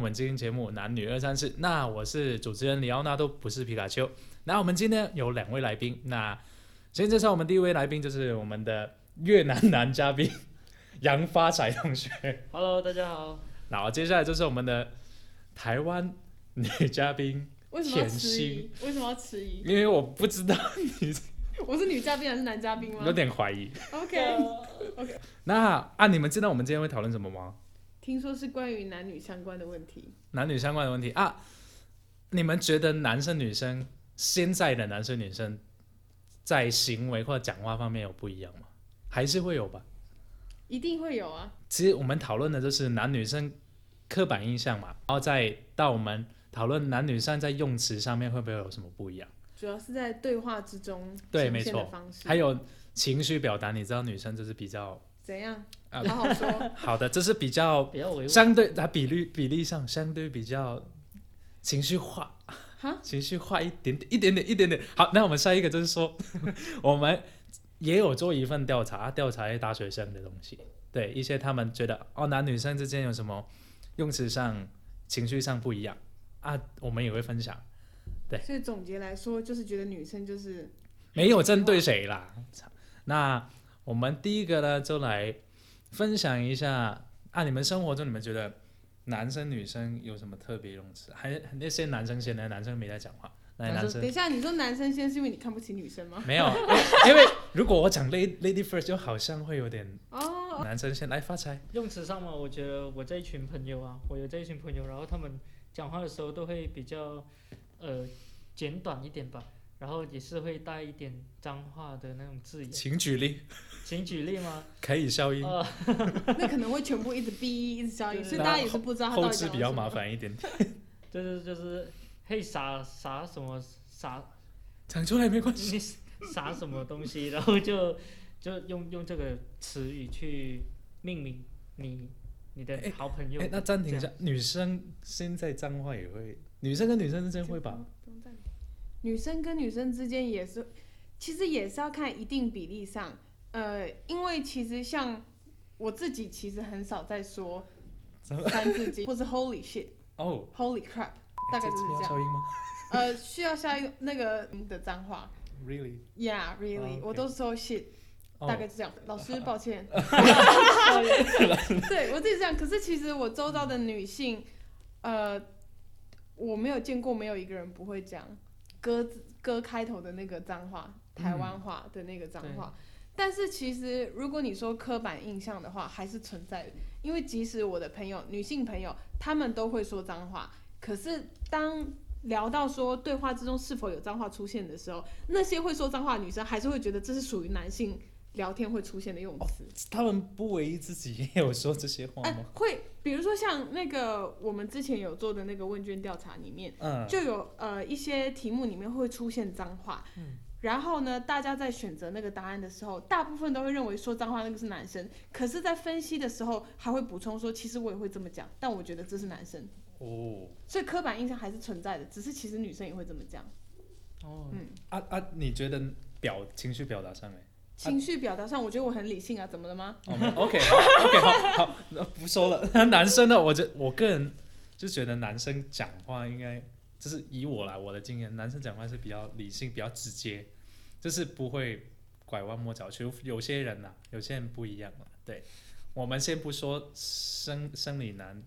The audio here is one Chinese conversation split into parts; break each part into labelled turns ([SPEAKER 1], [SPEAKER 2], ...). [SPEAKER 1] 们今天节目《男女二三事》，那我是主持人里奥纳多，不是皮卡丘。那我们今天有两位来宾，那先介绍我们第一位来宾就是我们的越南男嘉宾杨发财同学，
[SPEAKER 2] Hello，大家好。
[SPEAKER 1] 然后接下来就是我们的台湾女嘉宾，
[SPEAKER 3] 为什么要
[SPEAKER 1] 甜
[SPEAKER 3] 迟疑
[SPEAKER 1] 心？
[SPEAKER 3] 为什么要迟疑？
[SPEAKER 1] 因为我不知道
[SPEAKER 3] 我是女嘉宾还是男嘉宾吗
[SPEAKER 1] 有点怀疑。
[SPEAKER 3] ？OK，
[SPEAKER 2] 啊
[SPEAKER 1] 那啊，你们知道我们今天会讨论什么吗？
[SPEAKER 3] 听说是关于男女相关的问题。
[SPEAKER 1] 男女相关的问题啊，你们觉得男生女生现在的男生女生在行为或者讲话方面有不一样吗？还是会有吧？
[SPEAKER 3] 一定会有啊，
[SPEAKER 1] 其实我们讨论的就是男女生刻板印象嘛，然后再到我们讨论男女生在用词上面会不会有什么不一样，
[SPEAKER 3] 主要是在对话之中
[SPEAKER 1] 对
[SPEAKER 3] 呈
[SPEAKER 1] 没
[SPEAKER 3] 现的
[SPEAKER 1] 错
[SPEAKER 3] 方式。
[SPEAKER 1] 还有情绪表达，你知道女生就是比较
[SPEAKER 3] 怎样？
[SPEAKER 1] 啊
[SPEAKER 3] 好 好说。
[SPEAKER 1] 好的，这是比较
[SPEAKER 2] 比较维稳，
[SPEAKER 1] 相对它比率比例上相对比较情绪化
[SPEAKER 3] 哈，
[SPEAKER 1] 情绪化一点点，一点点，一点点。好，那我们下一个就是说， 我们也有做一份调查，调查一些大学生的东西，对一些他们觉得哦，男女生之间有什么用词上、情绪上不一样啊，我们也会分享，
[SPEAKER 3] 所以总结来说，就是觉得女生就是
[SPEAKER 1] 没有针对谁啦。那我们第一个呢，就来分享一下啊，你们生活中你们觉得男生女生有什么特别用词？还那些男生先来，男生没在讲话，来
[SPEAKER 2] 男
[SPEAKER 1] 男
[SPEAKER 2] 生
[SPEAKER 1] 生
[SPEAKER 3] 等一下，你说男生先是因为你看不起女生 吗？
[SPEAKER 1] 没有，因为如果我讲 lady lady first，就好像会有点
[SPEAKER 3] 哦，
[SPEAKER 1] 男生先来发财。
[SPEAKER 2] 用词上嘛，我觉得我这一群朋友啊，我有这一群朋友，然后他们讲话的时候都会比较呃简短一点吧，然后也是会带一点脏话的那种字眼。
[SPEAKER 1] 请举例，
[SPEAKER 2] 请举例吗？
[SPEAKER 1] 可以消
[SPEAKER 3] 哦
[SPEAKER 1] 音，
[SPEAKER 2] 呃，
[SPEAKER 3] 那可能会全部一直逼，一直消音，
[SPEAKER 2] 对
[SPEAKER 3] 所以大家也是不知道他到
[SPEAKER 1] 后
[SPEAKER 3] 底
[SPEAKER 1] 置
[SPEAKER 3] 讲
[SPEAKER 1] 比
[SPEAKER 3] 了
[SPEAKER 1] 较
[SPEAKER 3] 什么
[SPEAKER 1] 麻。烦一点，
[SPEAKER 2] 就是就是，嘿啥啥什么啥，
[SPEAKER 1] 讲出来没关系。
[SPEAKER 2] 你啥什么东西，然后就就用用这个词语去命名你你的好朋友。
[SPEAKER 1] 哎，那暂停一
[SPEAKER 2] 这
[SPEAKER 1] 下，女生现在脏话也会，女生跟女生之间会吧？
[SPEAKER 3] 不用暂停？女生跟女生之间也是，其实也是要看一定比例上，呃，因为其实像我自己其实很少在说
[SPEAKER 1] 怎么
[SPEAKER 3] 三字经 或是 Holy shit、
[SPEAKER 1] 哦，
[SPEAKER 3] Holy crap，大概就是
[SPEAKER 1] 要
[SPEAKER 3] 这样。
[SPEAKER 1] 消音吗？
[SPEAKER 3] 呃，需要下一个那个的脏话
[SPEAKER 1] Really？
[SPEAKER 3] ，Yeah really，、
[SPEAKER 1] 哦 OK
[SPEAKER 3] 我都说 shit，、大
[SPEAKER 1] 哦
[SPEAKER 3] 概是这样。老师， 抱歉。
[SPEAKER 2] 样
[SPEAKER 3] 对我自己这样，可是其实我周遭的女性，呃，我没有见过没有一个人不会讲歌字歌开头的那个脏话，台湾话的那个脏话。但是其实如果你说刻板印象的话，还是存在的，因为即使我的朋友女性朋友，她们都会说脏话，可是当聊到说对话之中是否有脏话出现的时候，那些会说脏话的女生还是会觉得这是属于男性聊天会出现的用词。
[SPEAKER 1] 他们不为自己也有说这些话
[SPEAKER 3] 哎、
[SPEAKER 1] 吗？
[SPEAKER 3] 会，比如说像那个我们之前有做的那个问卷调查里面，
[SPEAKER 1] 嗯，
[SPEAKER 3] 就有呃一些题目里面会出现脏话，然后呢，大家在选择那个答案的时候，大部分都会认为说脏话那个是男生，可是，在分析的时候还会补充说，其实我也会这么讲，但我觉得这是男生，
[SPEAKER 1] 哦，
[SPEAKER 3] 所以刻板印象还是存在的，只是其实女生也会这么讲。
[SPEAKER 2] 哦，
[SPEAKER 1] 啊啊，你觉得表情绪表达上 面？
[SPEAKER 3] 情绪表达上，我觉得我很理性啊，怎么了吗？
[SPEAKER 1] 哦没有 OK，好 OK，好好，那不说了。 那男生呢？我觉我个人就觉得男生讲话应该，就是以我来我的经验，男生讲话是比较理性、比较直接，就是不会拐弯抹角。除有些人呐、有些人不一样嘛。对，我们先不说生生理男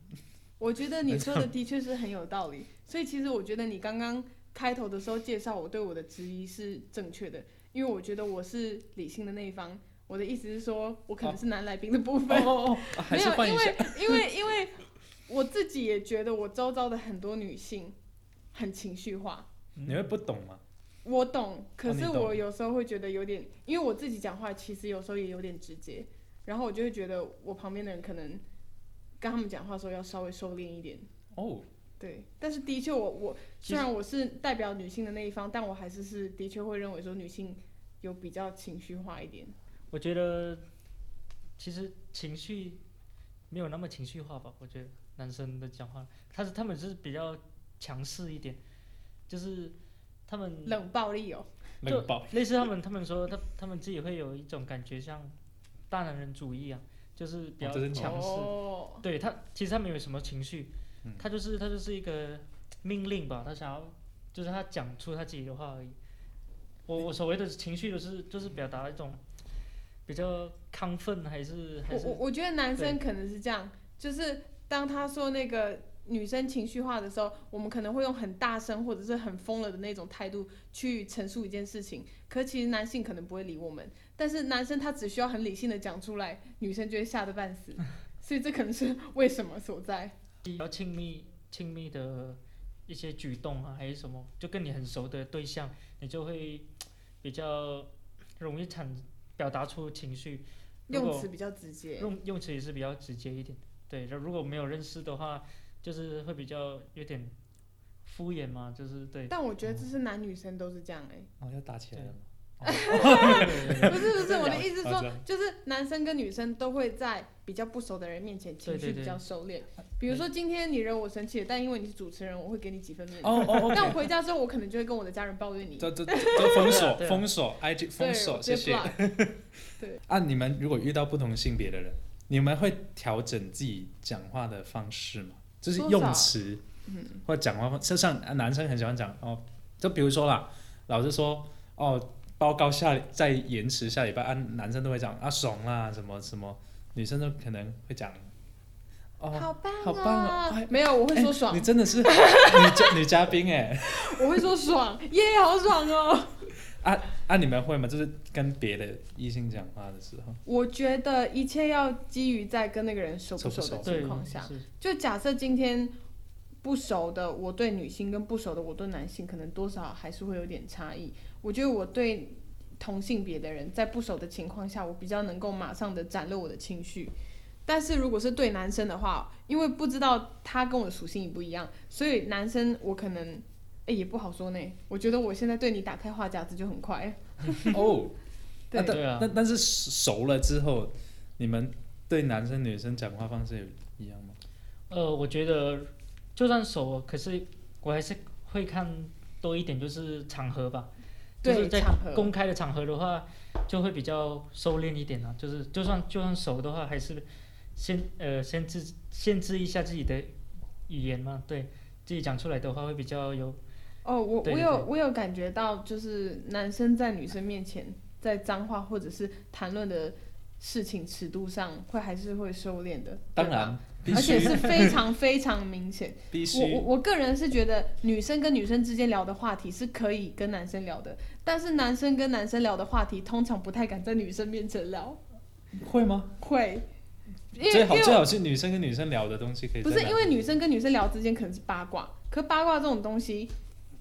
[SPEAKER 3] 我觉得你说的的确是很有道 理，所以其实我觉得你刚刚开头的时候介绍我对我的质疑是正确的，因为我觉得我是理性的那一方。我的意思是说，我可能是男来宾的部分，
[SPEAKER 1] 哦哦哦，还
[SPEAKER 3] 没
[SPEAKER 1] 是
[SPEAKER 3] 有，
[SPEAKER 1] 换一
[SPEAKER 3] 因
[SPEAKER 1] 下
[SPEAKER 3] 为因为因为我自己也觉得我周遭的很多女性很情绪化，
[SPEAKER 1] 你会不懂吗？
[SPEAKER 3] 我懂，可
[SPEAKER 1] 哦你
[SPEAKER 3] 是
[SPEAKER 1] 懂
[SPEAKER 3] 我有时候会觉得有点，因为我自己讲话其实有时候也有点直接，然后我就会觉得我旁边的人可能跟他们讲话的时候要稍微收敛一点。
[SPEAKER 1] 哦，
[SPEAKER 3] 对，但是的确我，我
[SPEAKER 2] 其
[SPEAKER 3] 虽然我是代表女性的那一方，但我还是是的确会认为说女性有比较情绪化一点。
[SPEAKER 2] 我觉得其实情绪没有那么情绪化吧。我觉得男生的讲话，他是他们是比较强势一点，就是他们
[SPEAKER 3] 冷暴力哦，
[SPEAKER 2] 就
[SPEAKER 1] 冷暴，
[SPEAKER 2] 类似他们他们说他他们自己会有一种感觉像大男人主义啊，就是比
[SPEAKER 1] 哦
[SPEAKER 2] 较
[SPEAKER 1] 这是你
[SPEAKER 2] 强势。
[SPEAKER 3] 哦，
[SPEAKER 2] 对他其实他没有什么情绪，
[SPEAKER 1] 嗯
[SPEAKER 2] 他就是他就是一个命令吧，他想要就是他讲出他自己的话而已。我我所谓的情绪就是就是表达一种比较亢奋还是还
[SPEAKER 3] 我
[SPEAKER 2] 是
[SPEAKER 3] 哦我我觉得男生可能是这样，就是当他说那个女生情绪化的时候，我们可能会用很大声或者是很疯了的那种态度去陈述一件事情，可其实男性可能不会理我们，但是男生他只需要很理性的讲出来，女生就会吓得半死， 所以这可能是为什么所在。
[SPEAKER 2] 比较亲密亲密的一些举动啊，还是什么，就跟你很熟的对象，你就会比较容易产表达出情绪。如
[SPEAKER 3] 用
[SPEAKER 2] 果
[SPEAKER 3] 词比较直接，
[SPEAKER 2] 用用词也是比较直接一点。对，如果没有认识的话，就是会比较有点敷衍嘛，就是 对。
[SPEAKER 3] 但我觉得这是男女生都是这样哎、
[SPEAKER 1] 哦，要打起来了吗？
[SPEAKER 3] 不是 不是，我的意思是
[SPEAKER 1] 嗯啊
[SPEAKER 3] 说
[SPEAKER 1] 这，
[SPEAKER 3] 就是男生跟女生都会在比较不熟的人面前情
[SPEAKER 2] 对
[SPEAKER 3] 绪
[SPEAKER 2] 对对
[SPEAKER 3] 比较收敛。比如说今天你惹我生气了，但因为你是主持人，我会给你几分面子。
[SPEAKER 1] 哦哦
[SPEAKER 3] 但我
[SPEAKER 1] ，OK，
[SPEAKER 3] 回家之后，我可能就会跟我的家人抱怨你，
[SPEAKER 1] 这 这这这封锁
[SPEAKER 2] 对啊
[SPEAKER 1] 封锁 IG 封
[SPEAKER 3] 对，我
[SPEAKER 1] 锁，谢
[SPEAKER 3] 直接
[SPEAKER 1] 谢。
[SPEAKER 3] block。
[SPEAKER 1] 啊，你们如果遇到不同性别的人，你们会调整自己讲话的方式吗？就是
[SPEAKER 3] 多少
[SPEAKER 1] 用词
[SPEAKER 3] 嗯，
[SPEAKER 1] 或讲话方，就像啊男生很喜欢讲哦，就比如说啦，老是说哦，报告下再延迟下礼拜，啊，男生都会讲啊爽啦什么什么，女生都可能会讲哦，
[SPEAKER 3] 好棒啊！
[SPEAKER 1] 好棒啊哎
[SPEAKER 3] 没有，我会说
[SPEAKER 1] 哎
[SPEAKER 3] 爽
[SPEAKER 1] 你，真的是女嘉女嘉宾哎，
[SPEAKER 3] 我会说爽，耶，好爽哦！
[SPEAKER 1] 啊你们会吗？就是跟别的异性讲话的时候，
[SPEAKER 3] 我觉得一切要基于在跟那个人熟
[SPEAKER 1] 熟
[SPEAKER 3] 不
[SPEAKER 1] 不
[SPEAKER 3] 熟的
[SPEAKER 1] 熟
[SPEAKER 2] 对
[SPEAKER 3] 情况下，
[SPEAKER 2] 是
[SPEAKER 3] 就假设今天不熟的我对女性跟不熟的我对男性，可能多少还是会有点差异。我觉得我对同性别的人，在不熟的情况下，我比较能够马上的展露我的情绪。但是如果是对男生的话，因为不知道他跟我的属性也不一样，所以男生我可能。哎、也不好说呢。我觉得我现在对你打开话匣子就很快。
[SPEAKER 1] 哦。
[SPEAKER 3] 对
[SPEAKER 1] 那但
[SPEAKER 2] 对啊
[SPEAKER 1] 但但是熟了之后，你们对男生女生讲话方式有一样吗？
[SPEAKER 2] 呃，我觉得就算熟，可是我还是会看多一点，就是场合吧。就
[SPEAKER 3] 对
[SPEAKER 2] 是在
[SPEAKER 3] 场合
[SPEAKER 2] 公开的场合的话，就会比较收敛一点了、就是就算就算熟的话，还是先呃先制限制一下自己的语言嘛，对自己讲出来的话会比较 有
[SPEAKER 3] 哦，我
[SPEAKER 2] 对
[SPEAKER 3] 我
[SPEAKER 2] 对
[SPEAKER 3] 有
[SPEAKER 2] 对
[SPEAKER 3] 我有感觉到，就是男生在女生面前，在脏话或者是谈论的事情尺度上，会还是会收敛的。
[SPEAKER 1] 当
[SPEAKER 3] 对吧，啊
[SPEAKER 1] 然，必
[SPEAKER 3] 而且
[SPEAKER 1] 须
[SPEAKER 3] 是非常非常明显。
[SPEAKER 1] 必
[SPEAKER 3] 我我
[SPEAKER 1] 须
[SPEAKER 3] 我个人是觉得，女生跟女生之间聊的话题是可以跟男生聊的，但是男生跟男生聊的话题，通常不太敢在女生面前聊，
[SPEAKER 1] 会吗？
[SPEAKER 3] 会。因为
[SPEAKER 1] 最好
[SPEAKER 3] 因为
[SPEAKER 1] 最好是女生跟女生聊的东西可以
[SPEAKER 3] 不
[SPEAKER 1] 在
[SPEAKER 3] 是
[SPEAKER 1] 那
[SPEAKER 3] 因为女生跟女生聊之间可能是八卦，可八卦这种东西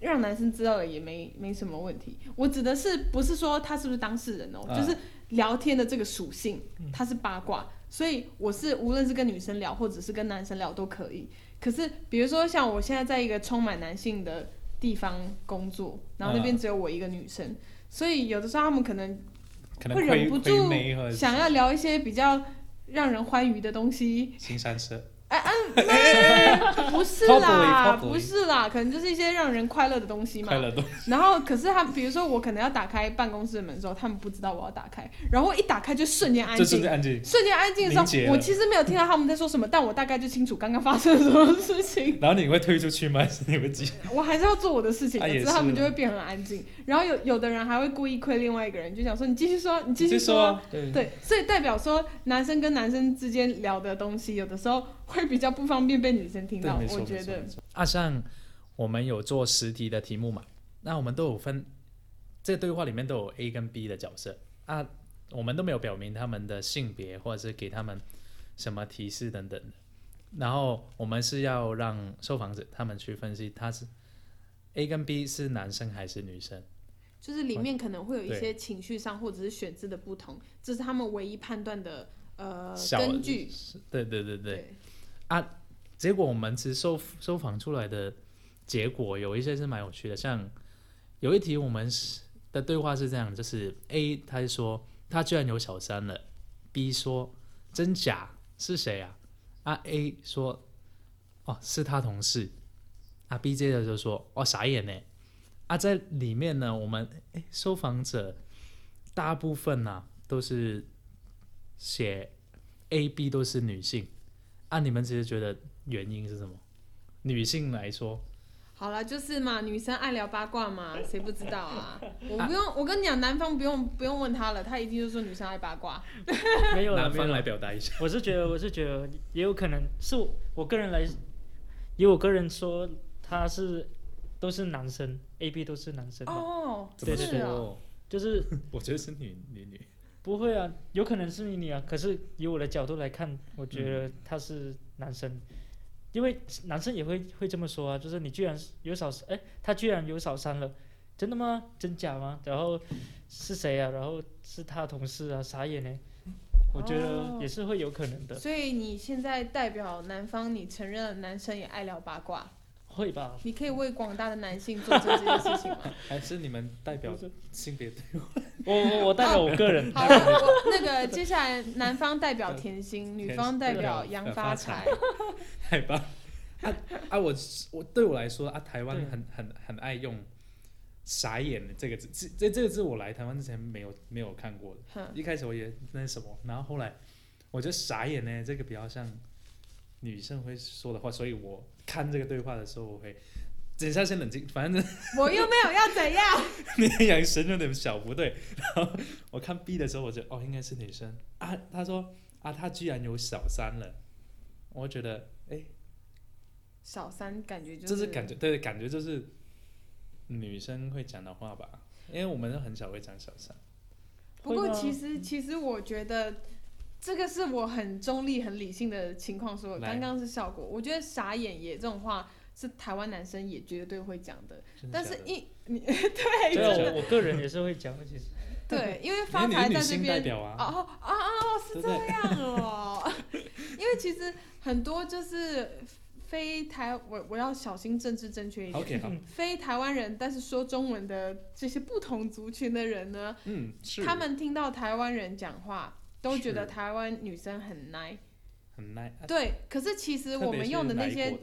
[SPEAKER 3] 让男生知道了也没没什么问题。我指的是不是说他是不是当事人哦，
[SPEAKER 1] 啊嗯
[SPEAKER 3] 就是聊天的这个属性，它是八卦，所以我是无论是跟女生聊或者是跟男生聊都可以。可是比如说像我现在在一个充满男性的地方工作，然后那
[SPEAKER 1] 啊
[SPEAKER 3] 边只有我一个女生，所以有的时候他们可能
[SPEAKER 1] 可能
[SPEAKER 3] 会忍
[SPEAKER 1] 亏亏
[SPEAKER 3] 不住
[SPEAKER 1] 妹和
[SPEAKER 3] 想要聊一些比较让人欢愉的东西，
[SPEAKER 1] 新三社，
[SPEAKER 3] 不是
[SPEAKER 1] Probably,
[SPEAKER 3] 啦，
[SPEAKER 1] probably.
[SPEAKER 3] 不是啦，可能就是一些让人快乐的东西嘛
[SPEAKER 1] 快。乐多
[SPEAKER 3] 然后，可是他们，比如说我可能要打开办公室的门的时候，他们不知道我要打开，然后我一打开就瞬间安
[SPEAKER 1] 这是
[SPEAKER 3] 静
[SPEAKER 1] 不是，安静？
[SPEAKER 3] 瞬间安静的
[SPEAKER 1] 凝结
[SPEAKER 3] 时
[SPEAKER 1] 了
[SPEAKER 3] 候，我其实没有听到他们在说什么，但我大概就清楚刚刚发生了什么 事情。
[SPEAKER 1] 然后你会推出去吗？ 还是你会继续？
[SPEAKER 3] 我还是要做我的事情，
[SPEAKER 1] 啊
[SPEAKER 3] 可
[SPEAKER 1] 也
[SPEAKER 3] 是
[SPEAKER 1] 是
[SPEAKER 3] 他们就会变很安静。然后有有的人还会故意亏另外一个人，就想说你继续说，你继续
[SPEAKER 1] 你
[SPEAKER 3] 说啊。
[SPEAKER 2] 对
[SPEAKER 3] 对，所以代表说，男生跟男生之间聊的东西，有的时候会比较不方便被女生听
[SPEAKER 1] 对，
[SPEAKER 3] 到。
[SPEAKER 1] 没错
[SPEAKER 3] 我
[SPEAKER 1] 没
[SPEAKER 3] 觉
[SPEAKER 1] 错
[SPEAKER 3] 得
[SPEAKER 1] 没错。啊，像我们有做实题的题目嘛，那我们都有分，这对话里面都有 A 跟 B 的角色啊，我们都没有表明他们的性别或者是给他们什么提示等等的。然后我们是要让受访者他们去分析他是 A 跟 B 是男生还是女生。
[SPEAKER 3] 就是里面可能会有一
[SPEAKER 1] 对
[SPEAKER 3] 些情绪上或者是选字的不同，这是他们唯一判断的呃
[SPEAKER 1] 小
[SPEAKER 3] 根据。
[SPEAKER 1] 对对对对，结果我们其实收收访出来的结果有一些是蛮有趣的，像有一题我们是的对话是这样，就是 A 他就说他居然有小三了，B 说真假是谁啊？啊 A 说哦是他同事，啊 B 接着就说哦傻眼呢，啊在里面呢我们诶收访者大部分呢、啊都是写 A B 都是女性，啊你们其实觉得原因是什么？女性来说，
[SPEAKER 3] 好了，就是嘛，女生爱聊八卦嘛，谁不知道啊？ 我不用，我跟你讲，男方不用不用问他了，他一定就说女生爱八卦。
[SPEAKER 2] 没有了，
[SPEAKER 1] 男
[SPEAKER 2] 没有
[SPEAKER 1] 方
[SPEAKER 2] 了
[SPEAKER 1] 来表达一下。
[SPEAKER 2] 我是觉得，我是觉得也有可能是我我个人来，以我个人说，他是都是男生，A B 都是男生的，
[SPEAKER 3] 哦，
[SPEAKER 1] 怎么
[SPEAKER 2] 对
[SPEAKER 3] 是
[SPEAKER 2] 对
[SPEAKER 3] 啊，
[SPEAKER 1] 说？
[SPEAKER 2] 就是
[SPEAKER 1] 我觉得是女女女，
[SPEAKER 2] 不会啊，有可能是你啊，可是以我的角度来看，我觉得他是男生，因为男生也会会这么说啊，就是你居然有小三，哎，他居然有小三了，真的吗？真假吗？然后是谁啊？然后是他同事啊，傻眼呢，我觉
[SPEAKER 3] 哦
[SPEAKER 2] 得也是会有可能的，
[SPEAKER 3] 所以你现在代表男方，你承认男生也爱聊八卦，
[SPEAKER 2] 会 吧？
[SPEAKER 3] 你可以为广大的男性做这件事情吗？
[SPEAKER 1] 还是你们代表性别对
[SPEAKER 2] 我我我代表我个人，
[SPEAKER 3] 好，我 我那个接下来男方代表甜 心，女方代表啊杨发财。
[SPEAKER 1] 海吧？啊啊，我我对我来说啊，台湾
[SPEAKER 2] 对
[SPEAKER 1] 很很很爱用“傻眼”这个字，这这这个字我来台湾之前没有没有看过的，
[SPEAKER 3] 哼，
[SPEAKER 1] 一开始我也那什么，然后后来我觉得傻眼呢，这个比较像女生会说的话，所以我看这个对话的时候，我会等一下先冷静，反正
[SPEAKER 3] 我又没有要怎样。
[SPEAKER 1] 你的眼神有点小不对。然后我看 B 的时候，我觉得哦，应该是女生啊。她说啊，她居然有小三了，我觉得哎，
[SPEAKER 3] 小三感觉就
[SPEAKER 1] 就是感觉对，感觉就是女生会讲的话吧，因为我们很少会讲小三。
[SPEAKER 3] 不过
[SPEAKER 2] 会吗嗯
[SPEAKER 3] 其实其实我觉得这个是我很中立、很理性的情况说，
[SPEAKER 1] 来
[SPEAKER 3] 刚刚是效果。我觉得傻眼也这种话是台湾男生也绝对会讲的，
[SPEAKER 1] 真的
[SPEAKER 3] 但
[SPEAKER 1] 假
[SPEAKER 3] 是
[SPEAKER 1] 的
[SPEAKER 3] 一你 对
[SPEAKER 1] 真
[SPEAKER 2] 对
[SPEAKER 1] 的
[SPEAKER 2] 啊，
[SPEAKER 1] 假
[SPEAKER 2] 我我个人也是会讲的，其实
[SPEAKER 3] 对，因为
[SPEAKER 1] 因为
[SPEAKER 3] 发
[SPEAKER 1] 你
[SPEAKER 3] 财
[SPEAKER 1] 啊是女
[SPEAKER 3] 在这
[SPEAKER 1] 性代
[SPEAKER 3] 边
[SPEAKER 1] 表啊，
[SPEAKER 3] 哦哦哦哦，是
[SPEAKER 1] 对
[SPEAKER 3] 这
[SPEAKER 1] 不对
[SPEAKER 3] 样哦。 因为其实很多就是非台，我我要小心政治正确一点。
[SPEAKER 1] ，OK 好，
[SPEAKER 3] 非台湾人，但是说中文的这些不同族群的人呢，
[SPEAKER 1] 嗯，是
[SPEAKER 3] 他们听到台湾人讲话，都觉得
[SPEAKER 1] 是啊
[SPEAKER 3] 台湾女生很 nice。
[SPEAKER 1] 很 nice。
[SPEAKER 3] 对，可是其实我们用的那些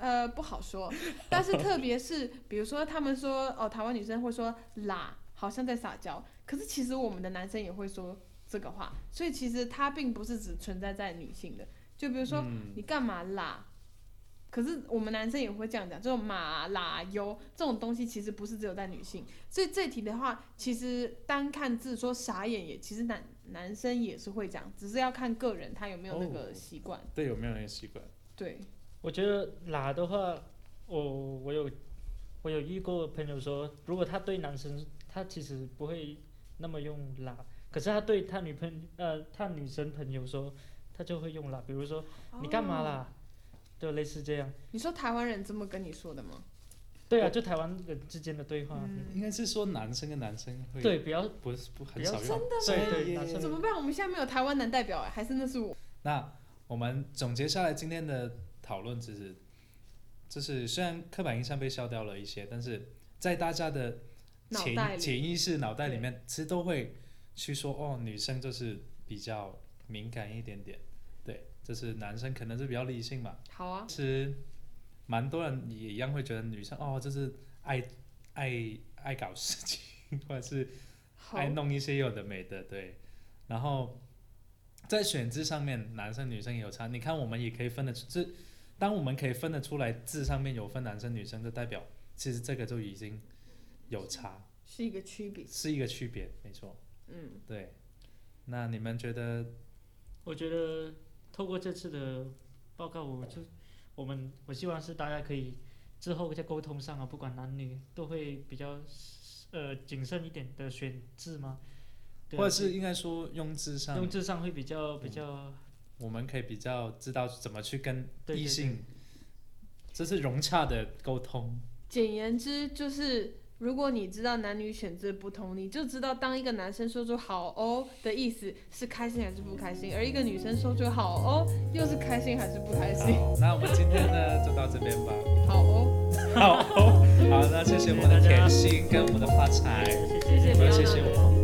[SPEAKER 3] 呃不 好说，但是特别是比如说他们说哦，台湾女生会说啦，好像在撒娇，可是其实我们的男生也会说这个话，所以其实它并不是只存在在女性的，就比如说、
[SPEAKER 1] 嗯
[SPEAKER 3] 你干嘛啦？可是我们男生也会这样讲，这种马啦油这种东西其实不是只有在女性，所以这题的话，其实单看字说傻眼也，其实男男生也是会讲，只是要看个人他有没有那
[SPEAKER 1] 哦
[SPEAKER 3] 个习惯。
[SPEAKER 1] 对有没有那个习惯？
[SPEAKER 3] 对，
[SPEAKER 2] 我觉得拉的话，我我有我有遇过朋友说，如果他对男生，他其实不会那么用拉，可是他对他女朋呃他女生朋友说，他就会用拉，比如说你干嘛
[SPEAKER 3] 哦？
[SPEAKER 2] 啦，就类似这样。
[SPEAKER 3] 你说台湾人这么跟你说的吗？
[SPEAKER 2] 对啊，就台湾人之间的对话，
[SPEAKER 1] 应
[SPEAKER 3] 嗯，
[SPEAKER 1] 该是说男生跟男生会
[SPEAKER 2] 对，比较
[SPEAKER 1] 不是不很
[SPEAKER 2] 比较
[SPEAKER 1] 少
[SPEAKER 2] 少
[SPEAKER 1] 用。
[SPEAKER 2] 对
[SPEAKER 1] 所以
[SPEAKER 2] 对，男
[SPEAKER 3] 怎么
[SPEAKER 2] 生
[SPEAKER 3] 办？我们现在没有台湾男代表哎，还是那是我？
[SPEAKER 1] 那我们总结下来今天的讨论，其实就是虽然刻板印象被消掉了一些，但是在大家的
[SPEAKER 3] 脑
[SPEAKER 1] 潜
[SPEAKER 3] 袋里
[SPEAKER 1] 潜意识脑袋里面，其实都会去说哦，女生就是比较敏感一点点，对，就是男生可能是比较理性嘛。
[SPEAKER 3] 好啊，
[SPEAKER 1] 其实蛮多人也一样会觉得女生哦，就是爱爱爱搞事情，或者是
[SPEAKER 3] 好
[SPEAKER 1] 爱弄一些有的没的，对。然后在选字上面，男生女生也有差。你看，我们也可以分得出，这当我们可以分得出来字上面有分男生女生，就代表其实这个就已经有差，
[SPEAKER 3] 是一个区别。
[SPEAKER 1] 是一个区别，没错。
[SPEAKER 3] 嗯，
[SPEAKER 1] 对。那你们觉得
[SPEAKER 2] 我觉得透过这次的报告，我就我们我希望是大家可以之后在沟通上啊，不管男女都会比较呃谨慎一点的选字吗？对啊
[SPEAKER 1] 或者是应该说用字上
[SPEAKER 2] 用，字上会比较比较
[SPEAKER 1] 我们可以比较知道怎么去跟
[SPEAKER 2] 对对
[SPEAKER 1] 异
[SPEAKER 2] 对
[SPEAKER 1] 性，这是融洽的沟通。
[SPEAKER 3] 简言之就是，如果你知道男女选择不同，你就知道当一个男生说出“好哦”的意思是开心还是不开心，而一个女生说出“好哦”又是开心还是不开心。
[SPEAKER 1] 好， 那我们今天呢就到这边 吧。
[SPEAKER 3] 好哦，
[SPEAKER 1] 好，好，那谢谢我们的甜心跟我们的发财。
[SPEAKER 2] 谢谢谢啊
[SPEAKER 3] 谢谢
[SPEAKER 1] 嗯我要谢谢我。